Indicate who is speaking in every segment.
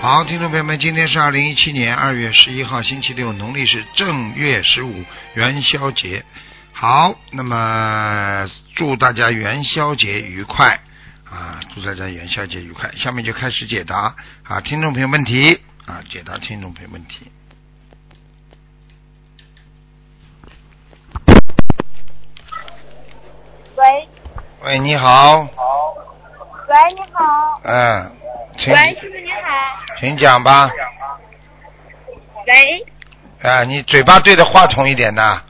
Speaker 1: 好，听众朋友们，今天是二零一七年二月十一号，星期六，农历是正月十五元宵节。好，那么祝大家元宵节愉快啊！祝大家元宵节愉快。下面就开始解答啊，听众朋友问题啊，解答听众朋友问题。
Speaker 2: 喂
Speaker 1: 喂，你好，
Speaker 2: 喂，你好。
Speaker 1: 嗯，请
Speaker 2: 喂，师傅你好。
Speaker 1: 请讲吧。
Speaker 2: 喂。
Speaker 1: 啊，你嘴巴对着话筒一点呐。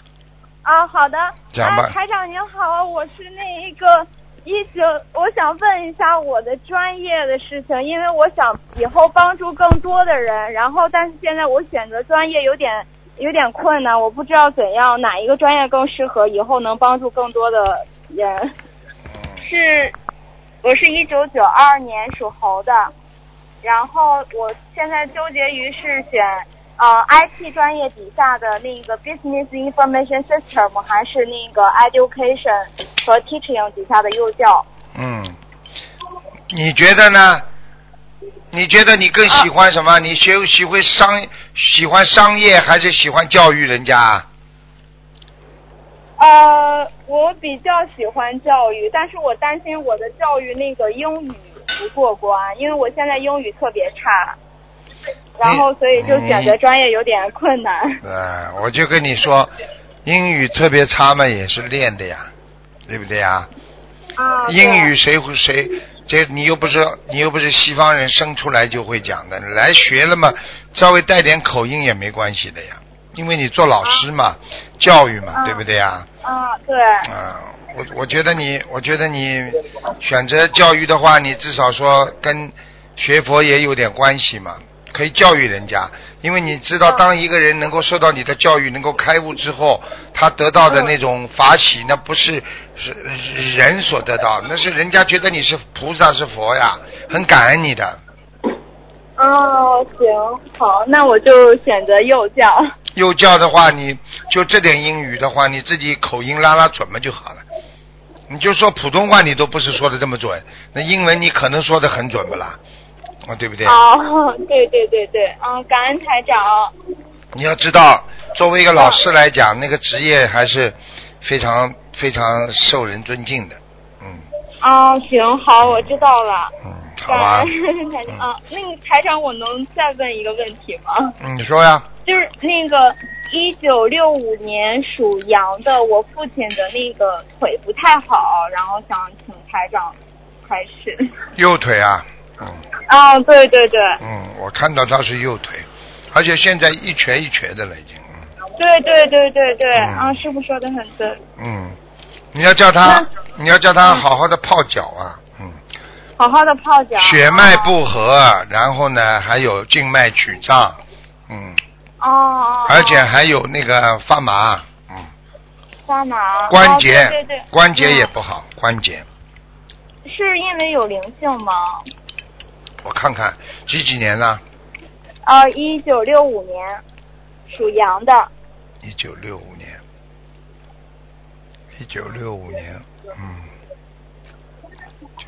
Speaker 2: 啊，好的。
Speaker 1: 讲吧
Speaker 2: 啊，台长您好，我是那一个一九，我想问一下我的专业的事情，因为我想以后帮助更多的人，然后但是现在我选择专业有点有点困难，我不知道怎样哪一个专业更适合，以后能帮助更多的人。是，我是一九九二年属猴的，然后我现在纠结于是选呃 IT 专业底下的那个 Business Information System，还是那个 Education 和 Teaching 底下的幼教。
Speaker 1: 嗯，你觉得呢？你觉得你更喜欢什么？
Speaker 2: 啊
Speaker 1: 你学喜欢商喜欢商业还是喜欢教育人家？
Speaker 2: 呃，我比较喜欢教育，但是我担心我的教育那个英语不过关，因为我现在英语特别差，然后所以就选
Speaker 1: 嗯
Speaker 2: 择专业有点困难。
Speaker 1: 呃，我就跟你说，英语特别差嘛，也是练的呀，对不对呀？
Speaker 2: 啊，对
Speaker 1: 英语谁会谁？这你又不是你又不是西方人，生出来就会讲的，来学了嘛，稍微带点口音也没关系的呀，因为你做老师嘛，教育嘛，
Speaker 2: 啊
Speaker 1: 对不对呀？
Speaker 2: 啊，对，
Speaker 1: 啊，我我觉得你，我觉得你选择教育的话，你至少说跟学佛也有点关系嘛，可以教育人家，因为你知道，
Speaker 2: 嗯
Speaker 1: 当一个人能够受到你的教育，能够开悟之后，他得到
Speaker 2: 嗯
Speaker 1: 的那种法喜，那不是是是人所得到，那是人家觉得你是菩萨是佛呀，很感恩你的。
Speaker 2: 哦，行，好，那我就选择幼教。
Speaker 1: 幼教的话，你就这点英语的话，你自己口音拉拉准嘛就好了。你就说普通话，你都不是说的这么准，那英文你可能说的很准不啦？啊，对不对？
Speaker 2: 哦，对对对对，嗯，感恩台长。
Speaker 1: 你要知道，作为一个老师来讲，那个职业还是非常非常受人尊敬的。嗯
Speaker 2: 啊，行，好，我知道了。
Speaker 1: 嗯，好嗯吧
Speaker 2: 感。恩台长啊，那个台长，我能再问一个问题吗？
Speaker 1: 嗯，你说呀。
Speaker 2: 就是那个一九六五年属羊的，我父亲的那个腿不太好，然后想请台长开始。
Speaker 1: 右腿啊，嗯
Speaker 2: 啊，对对对，
Speaker 1: 嗯，我看到他是右腿，而且现在一瘸一瘸的了已经。
Speaker 2: 对对对对对，
Speaker 1: 嗯
Speaker 2: 啊，师傅说的很对。
Speaker 1: 嗯，你要叫他，你要叫他好好的泡脚啊，嗯，
Speaker 2: 好好的泡脚。啊
Speaker 1: 血脉不和，然后呢还有静脉曲张，嗯，
Speaker 2: 哦。哦。哦
Speaker 1: 而且还有那个发麻，嗯，
Speaker 2: 发麻。
Speaker 1: 关节
Speaker 2: 哦对对对。
Speaker 1: 关节也不好，关节，
Speaker 2: 嗯是因为有灵性吗？
Speaker 1: 我看看几几年了？
Speaker 2: 啊，一九六五年，属羊的。
Speaker 1: 一九六五年，一九六五年，嗯，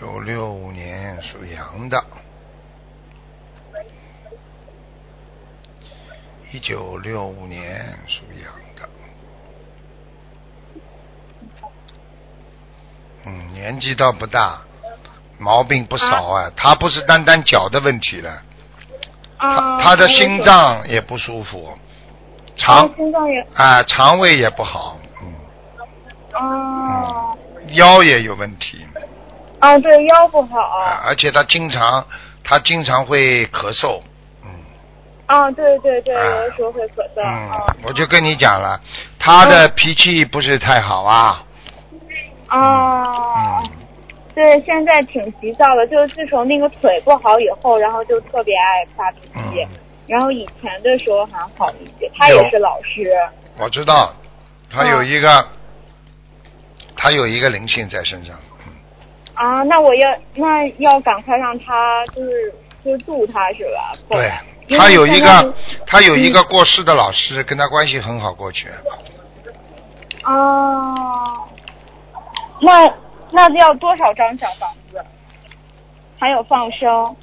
Speaker 1: 九六五年属羊的，一九六五年属羊的，嗯，年纪倒不大，毛病不少啊，他不是单单脚的问题了，
Speaker 2: 啊。
Speaker 1: 他的心脏也不舒服，肠
Speaker 2: 哦心脏也。
Speaker 1: 啊，肠胃也不好，嗯，
Speaker 2: 哦。
Speaker 1: 腰也有问题，
Speaker 2: 啊，对，腰不好。
Speaker 1: 啊，而且他经常他经常会咳嗽，嗯
Speaker 2: 啊，对对对，
Speaker 1: 啊
Speaker 2: 有的时候会咳嗽。啊
Speaker 1: 嗯，我就跟你讲了，他的脾气不是太好啊，
Speaker 2: 啊。啊
Speaker 1: 嗯，
Speaker 2: 对，现在挺急躁的，就是自从那个腿不好以后，然后就特别爱发脾气。
Speaker 1: 嗯
Speaker 2: 然后以前的时候还好一些，他也是老师。
Speaker 1: 我知道，他有
Speaker 2: 嗯
Speaker 1: 一个他有一个灵性在身上，嗯，
Speaker 2: 啊，那我要那要赶快让他就是就住他是吧？
Speaker 1: 对
Speaker 2: 因为
Speaker 1: 他有一
Speaker 2: 现在
Speaker 1: 个嗯他有一个过世的老师，跟他关系很好，过去，
Speaker 2: 啊，那那要多少张小房子？还有放生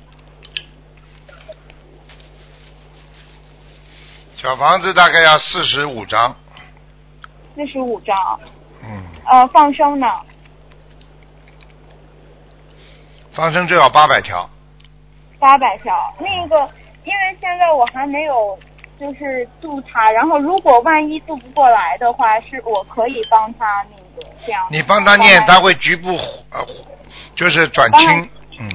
Speaker 1: 小房子大概要四十五张，
Speaker 2: 四十五张。
Speaker 1: 嗯，
Speaker 2: 呃，放生呢？
Speaker 1: 放生咒要八百条，
Speaker 2: 八百条。那个，因为现在我还没有就是渡他，然后如果万一渡不过来的话，是我可以帮他那个这样。
Speaker 1: 你帮他念，
Speaker 2: 帮
Speaker 1: 他会局部呃，就是转
Speaker 2: 帮他
Speaker 1: 轻，嗯，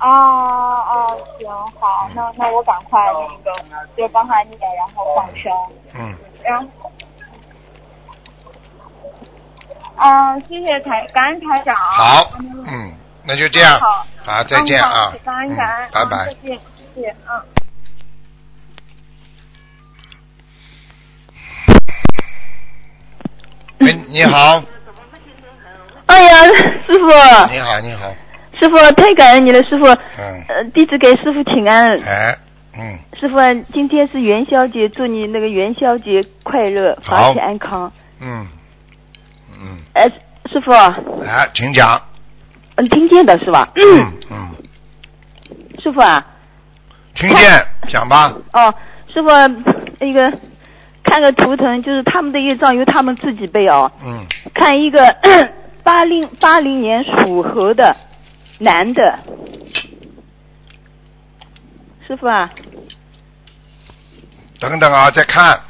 Speaker 2: 哦哦，行好，那那我赶快那个就帮他念，然后放生，
Speaker 1: 嗯，
Speaker 2: 然后。嗯，谢谢台，感恩台长。啊
Speaker 1: 好，嗯，那就这样
Speaker 2: 好，
Speaker 1: 好，再见啊
Speaker 2: 嗯好，感恩
Speaker 1: 嗯
Speaker 2: 感恩，
Speaker 1: 拜
Speaker 2: 嗯
Speaker 1: 拜
Speaker 2: 再。见，谢谢，嗯。
Speaker 1: 喂，你好，
Speaker 3: 嗯哎呀，师傅，
Speaker 1: 你好，你好，
Speaker 3: 师傅太感恩你了，师傅。
Speaker 1: 哎嗯，
Speaker 3: 呃，弟子给师傅请安。
Speaker 1: 哎，嗯，
Speaker 3: 师傅，今天是元宵节，祝你那个元宵节快乐，
Speaker 1: 好
Speaker 3: 法体安康。
Speaker 1: 嗯，嗯，
Speaker 3: 呃，师傅，
Speaker 1: 哎，请讲，
Speaker 3: 嗯，听见的是吧？
Speaker 1: 嗯嗯，
Speaker 3: 师傅啊，
Speaker 1: 听见，讲吧，
Speaker 3: 哦，师傅，那个看个图腾，就是他们的业障由他们自己背哦。
Speaker 1: 嗯，
Speaker 3: 看一个 八零八零年属猴的男的，师傅啊，
Speaker 1: 等等啊，再看，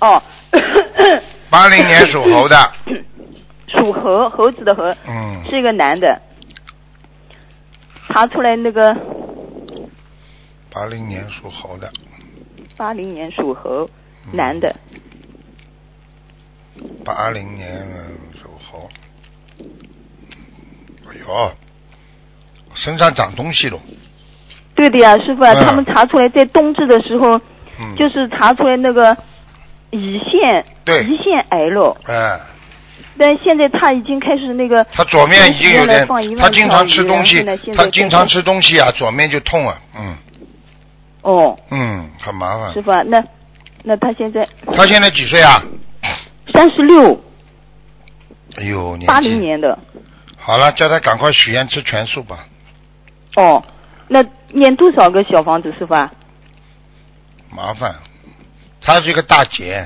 Speaker 3: 哦，
Speaker 1: 八零 年属猴的，
Speaker 3: 属猴，猴子的猴，
Speaker 1: 嗯，
Speaker 3: 是一个男的，查出来那个
Speaker 1: 八零年属猴的，
Speaker 3: 八零年属猴
Speaker 1: 嗯
Speaker 3: 男的，
Speaker 1: 八零年属猴，哎呦，身上长东西了，
Speaker 3: 对的呀，师傅啊，
Speaker 1: 嗯
Speaker 3: 他们查出来在冬至的时候，
Speaker 1: 嗯，，
Speaker 3: 就是是查出来那个胰腺
Speaker 1: 对
Speaker 3: 胰腺癌了，
Speaker 1: 哎，
Speaker 3: 但现在他已经开始那个
Speaker 1: 他左面已经有点
Speaker 3: 原来放一，万
Speaker 1: 他经常吃东西
Speaker 3: 条鱼啊然后呢现，在
Speaker 1: 他经常吃东西啊，左面就痛啊，嗯
Speaker 3: 哦，
Speaker 1: 嗯，很麻烦
Speaker 3: 师。傅啊，那那他现在
Speaker 1: 他现在几岁啊？
Speaker 3: 三十六，
Speaker 1: 哎呦，年纪
Speaker 3: 八零年的
Speaker 1: 好了，叫他赶快许愿吃全素吧。
Speaker 3: 哦，那念多少个小房子，师傅啊？
Speaker 1: 麻烦，他是一个大劫，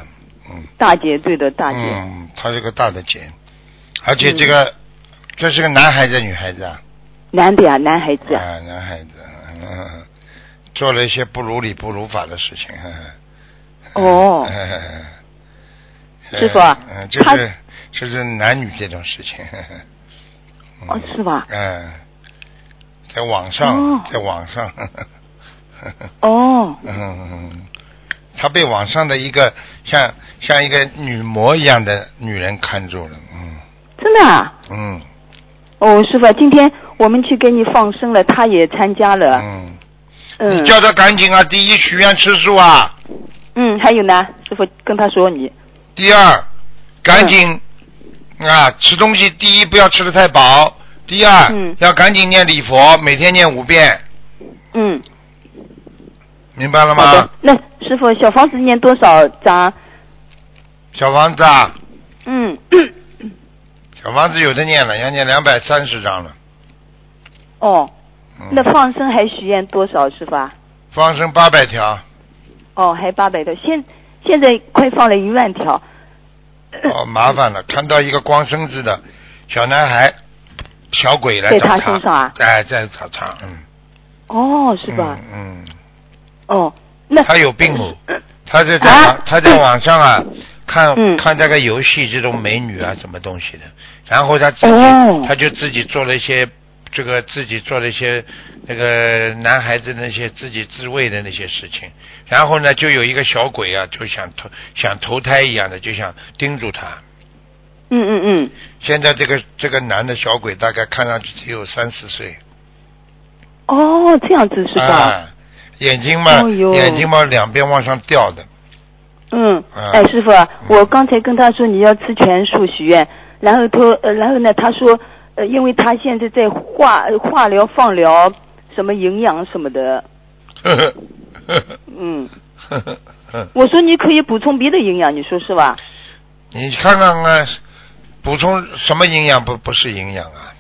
Speaker 1: 嗯，
Speaker 3: 大姐，对的，大姐。嗯
Speaker 1: 嗯，他是个大的劫，而且这个、这是个男孩子，女孩子啊，
Speaker 3: 男的呀，男孩子呀。
Speaker 1: 啊，男孩子，嗯，做了一些不如理不如法的事情，呵呵
Speaker 3: 哦
Speaker 1: 呵呵呵
Speaker 3: 师傅啊
Speaker 1: 嗯，就
Speaker 3: 他
Speaker 1: 是就是男女这种事情，呵呵
Speaker 3: 哦，是吧？
Speaker 1: 嗯，在网上，
Speaker 3: 哦
Speaker 1: 在网上，呵呵呵呵
Speaker 3: 哦，
Speaker 1: 嗯，他被网上的一个像像一个女魔一样的女人看住了，嗯
Speaker 3: 真的啊。
Speaker 1: 嗯
Speaker 3: 哦，师傅啊，今天我们去给你放生了，他也参加了。
Speaker 1: 嗯，
Speaker 3: 嗯
Speaker 1: 你叫他赶紧啊！第一许愿吃素啊，
Speaker 3: 嗯，还有呢，师傅跟他说你。
Speaker 1: 第二赶
Speaker 3: 嗯
Speaker 1: 紧、啊吃东西，第一不要吃的太饱，第二、
Speaker 3: 嗯
Speaker 1: 要赶紧念礼佛，每天念五遍，
Speaker 3: 嗯，
Speaker 1: 明白了
Speaker 3: 好
Speaker 1: 吗
Speaker 3: 的？。那师傅，小房子念多少章？
Speaker 1: 小房子啊，
Speaker 3: 嗯，
Speaker 1: 小房子有的念了，要念两百三十张了。
Speaker 3: 哦，
Speaker 1: 嗯、
Speaker 3: 那放生还许愿多少，师傅啊？
Speaker 1: 放生八百 条，
Speaker 3: 哦，还八百的，现现在快放了一万条。
Speaker 1: 哦，麻烦了，看到一个光身子的小男孩、小鬼来
Speaker 3: 在
Speaker 1: 找
Speaker 3: 他身上啊
Speaker 1: 哎，在找他，嗯，
Speaker 3: 哦，是吧？
Speaker 1: 嗯？嗯，
Speaker 3: 哦，那
Speaker 1: 他有病哦
Speaker 3: 嗯
Speaker 1: 他在在网、
Speaker 3: 啊
Speaker 1: 他在网上啊，看、
Speaker 3: 嗯
Speaker 1: 看这个游戏这种美女啊，什么东西的，然后他自己、
Speaker 3: 哦
Speaker 1: 他就自己做了一些这个自己做了一些那个男孩子那些自己自慰的那些事情，然后呢，就有一个小鬼啊，就想投想投胎一样的，就想盯住他，
Speaker 3: 嗯嗯嗯，
Speaker 1: 现在这个这个男的小鬼大概看上去只有三四岁，
Speaker 3: 哦，这样子是吧？
Speaker 1: 啊，眼睛嘛，
Speaker 3: 哦哟
Speaker 1: 眼睛嘛两边往上掉的，
Speaker 3: 嗯，
Speaker 1: 啊
Speaker 3: 哎，师傅啊，我刚才跟他说你要吃全素许愿，然后他，呃，然后呢，他说，呃，因为他现在在化呃化疗、放疗，什么营养什么的，
Speaker 1: 呵呵呵
Speaker 3: 嗯，
Speaker 1: 呵呵呵
Speaker 3: 我说你可以补充别的营养，你说是吧？
Speaker 1: 你看看啊，补充什么营养不不是营养啊？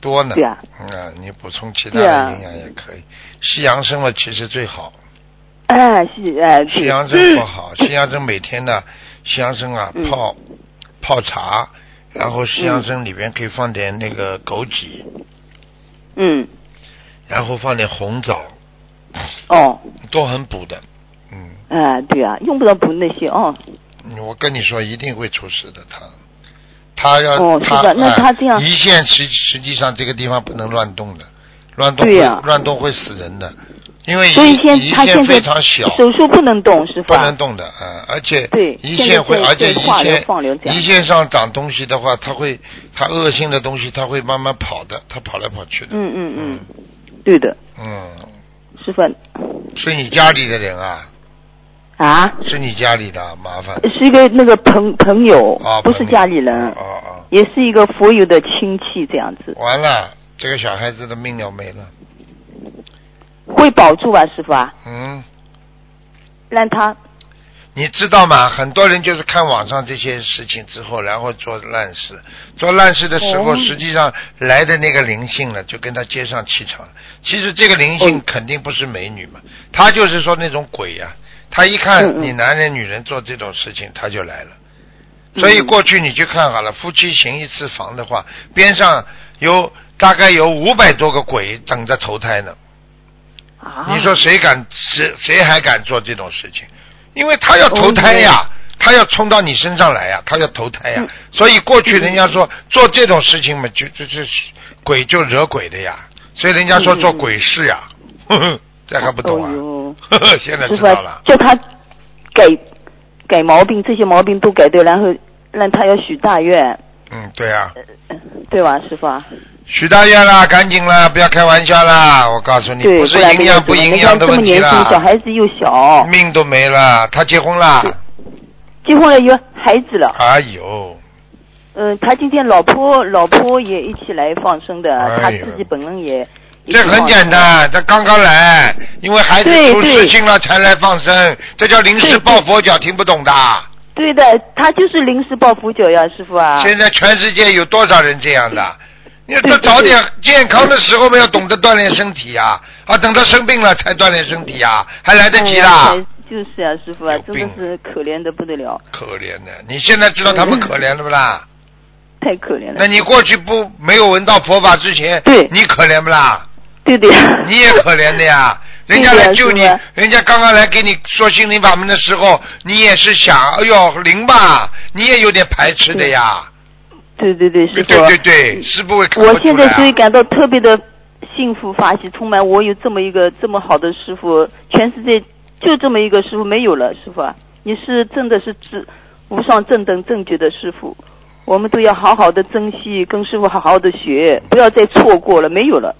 Speaker 1: 多呢，
Speaker 3: 对啊
Speaker 1: 嗯啊，你补充其他
Speaker 3: 对啊
Speaker 1: 啊的营养也可以。西洋参嘛，其实最好，
Speaker 3: 哎，是哎，
Speaker 1: 西
Speaker 3: 对，
Speaker 1: 洋参不 好，西洋参每天呢，西洋参啊
Speaker 3: 嗯
Speaker 1: 泡泡茶，然后西洋参里边可以放点那个枸杞，
Speaker 3: 嗯，
Speaker 1: 然后放点红枣，
Speaker 3: 哦，
Speaker 1: 都很补的。嗯，
Speaker 3: 哎，对啊，用不着补那些哦。
Speaker 1: 我跟你说一定会出事的，他他要、
Speaker 3: 哦
Speaker 1: 他
Speaker 3: 是的那
Speaker 1: 哎
Speaker 3: 他这样
Speaker 1: 胰腺实实际上这个地方不能乱动的，乱动
Speaker 3: 对
Speaker 1: 会、
Speaker 3: 呀
Speaker 1: 乱动会死人的，因为
Speaker 3: 所以
Speaker 1: 胰
Speaker 3: 现他
Speaker 1: 胰
Speaker 3: 现
Speaker 1: 腺
Speaker 3: 在
Speaker 1: 非常小，
Speaker 3: 手术不能动啊是
Speaker 1: 不
Speaker 3: 吧？
Speaker 1: 能动的，嗯，而且
Speaker 3: 对
Speaker 1: 胰
Speaker 3: 现在
Speaker 1: 腺会，
Speaker 3: 在
Speaker 1: 而且
Speaker 3: 在化
Speaker 1: 胰
Speaker 3: 疗
Speaker 1: 腺
Speaker 3: 放疗这样
Speaker 1: 胰腺上长东西的话，它会，它恶性的东西，它会慢慢跑的，它跑来跑去的。
Speaker 3: 嗯嗯嗯，对的，
Speaker 1: 嗯，
Speaker 3: 师傅
Speaker 1: 是你家里的人啊，
Speaker 3: 啊，
Speaker 1: 是你家里的啊麻烦
Speaker 3: 是一个那个朋朋友，
Speaker 1: 啊，
Speaker 3: 呃不是
Speaker 1: 朋友
Speaker 3: 家里人，
Speaker 1: 哦哦，
Speaker 3: 也是一个佛友的亲戚这样子，
Speaker 1: 完了，这个小孩子的命要没了。
Speaker 3: 会保住吧，师傅啊，
Speaker 1: 嗯，
Speaker 3: 让他
Speaker 1: 你知道吗？很多人就是看网上这些事情之后，然后做烂事。做烂事的时候，
Speaker 3: 哦
Speaker 1: 实际上来的那个灵性呢，就跟他接上气场了。其实这个灵性
Speaker 3: 哦
Speaker 1: 肯定不是美女嘛，她就是说那种鬼呀、她一
Speaker 3: 嗯
Speaker 1: 看
Speaker 3: 嗯
Speaker 1: 你男人、女人做这种事情，她就来了。所以
Speaker 3: 嗯
Speaker 1: 过去你去看好了，夫妻行一次房的话，边上有大概有五百多个鬼等着投胎呢。
Speaker 3: 啊，
Speaker 1: 你说谁敢谁谁还敢做这种事情？因为他要投胎呀、他要冲到你身上来呀、他要投胎呀、
Speaker 3: 哦嗯
Speaker 1: 所以过去人家说做这种事情嘛，就就是鬼就惹鬼的呀，所以人家说
Speaker 3: 嗯嗯
Speaker 1: 做鬼事呀， 呵呵，这还不懂啊？
Speaker 3: 哦
Speaker 1: 呵呵， 现在
Speaker 3: 呦，
Speaker 1: 知
Speaker 3: 师傅啊
Speaker 1: 道了，
Speaker 3: 叫他改改毛病，这些毛病都改对，然后让他要许大愿，
Speaker 1: 嗯，对啊，
Speaker 3: 呃对吧，师傅啊？
Speaker 1: 许大愿啦，赶紧啦，不要开玩笑啦，我告诉你，
Speaker 3: 对，
Speaker 1: 不是
Speaker 3: 然
Speaker 1: 营
Speaker 3: 没有
Speaker 1: 养
Speaker 3: 什
Speaker 1: 不
Speaker 3: 么
Speaker 1: 营
Speaker 3: 人家
Speaker 1: 养的
Speaker 3: 这么
Speaker 1: 问题
Speaker 3: 年轻，小
Speaker 1: 啦，
Speaker 3: 孩子又小，
Speaker 1: 命都没了，他结婚啦，
Speaker 3: 结婚了有孩子了。
Speaker 1: 哎呦。
Speaker 3: 嗯，他今天老婆老婆也一起来放生的，
Speaker 1: 哎呀
Speaker 3: 他自己本人也一起
Speaker 1: 这很
Speaker 3: 放生
Speaker 1: 简单，他刚刚来，因为孩子
Speaker 3: 对
Speaker 1: 出
Speaker 3: 对
Speaker 1: 事情了才来放生，这叫临时
Speaker 3: 对对
Speaker 1: 抱佛脚，听不懂的。
Speaker 3: 对的，他就是临时抱佛脚呀，师傅啊。
Speaker 1: 现在全世界有多少人这样的？你
Speaker 3: 对
Speaker 1: 这
Speaker 3: 对
Speaker 1: 早点健康的时候嘛，要懂得锻炼身体呀、啊，等到生病了才锻炼身体呀、还来得及啦
Speaker 3: 哎。呀就是啊，师傅啊
Speaker 1: 有，
Speaker 3: 真
Speaker 1: 病
Speaker 3: 的是可怜的不得了，
Speaker 1: 可怜的，你现在知道他们
Speaker 3: 嗯
Speaker 1: 可怜了不啦？
Speaker 3: 太可怜
Speaker 1: 那
Speaker 3: 了。
Speaker 1: 你过去不没有闻到佛法之前，
Speaker 3: 对
Speaker 1: 你可怜不啦？
Speaker 3: 对的呀。
Speaker 1: 你也可怜的呀。人家来救你
Speaker 3: 对呀是吧，
Speaker 1: 人家刚刚来给你说心灵法门的时候，你也是想，哎呦灵吧，你也有点排斥的呀。
Speaker 3: 对对对，
Speaker 1: 对
Speaker 3: 师
Speaker 1: 对
Speaker 3: 傅。
Speaker 1: 对对，是不会看不
Speaker 3: 我
Speaker 1: 出
Speaker 3: 现
Speaker 1: 来
Speaker 3: 在
Speaker 1: 啊
Speaker 3: 所以感到特别的幸福、发喜、充满。我有这么一个这么好的师傅，全世界就这么一个师傅没有了，师傅啊，你是真的是至无上正等正觉的师傅，我们都要好好的珍惜，跟师傅好好的学，不要再错过了，没有了，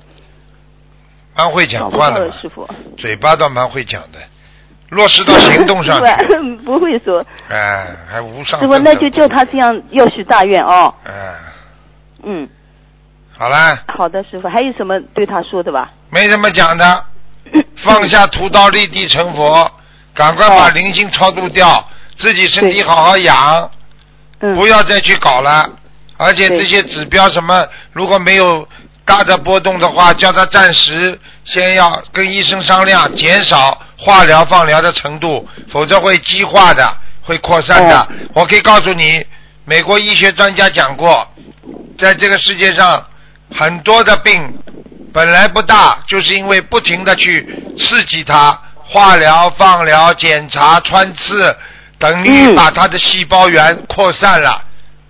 Speaker 1: 蛮会讲
Speaker 3: 找不
Speaker 1: 话
Speaker 3: 到
Speaker 1: 的
Speaker 3: 了
Speaker 1: 嘛，
Speaker 3: 师傅。
Speaker 1: 嘴巴倒蛮会讲的，落实到行动 上去，
Speaker 3: 师傅啊不会说，
Speaker 1: 哎，还无上正
Speaker 3: 师傅
Speaker 1: 等。
Speaker 3: 那就叫他这样要许大愿哦。
Speaker 1: 哎，
Speaker 3: 嗯，
Speaker 1: 好啦，
Speaker 3: 好的，师傅，还有什么对他说的吧？
Speaker 1: 没什么讲的，放下屠刀立地成佛，赶快把
Speaker 3: 哦
Speaker 1: 灵性超度掉，自己身体
Speaker 3: 对
Speaker 1: 好好养。
Speaker 3: 嗯，
Speaker 1: 不要再去搞了。而且这
Speaker 3: 对
Speaker 1: 些指标什么，如果没有大的波动的话，叫他暂时先要跟医生商量，减少化疗、放疗的程度，否则会激化的，会扩散的。
Speaker 3: 哦
Speaker 1: 我可以告诉你，美国医学专家讲过，在这个世界上，很多的病本来不大，就是因为不停的去刺激它，化疗、放疗、检查、穿刺，等于
Speaker 3: 嗯
Speaker 1: 把它的细胞源扩散了，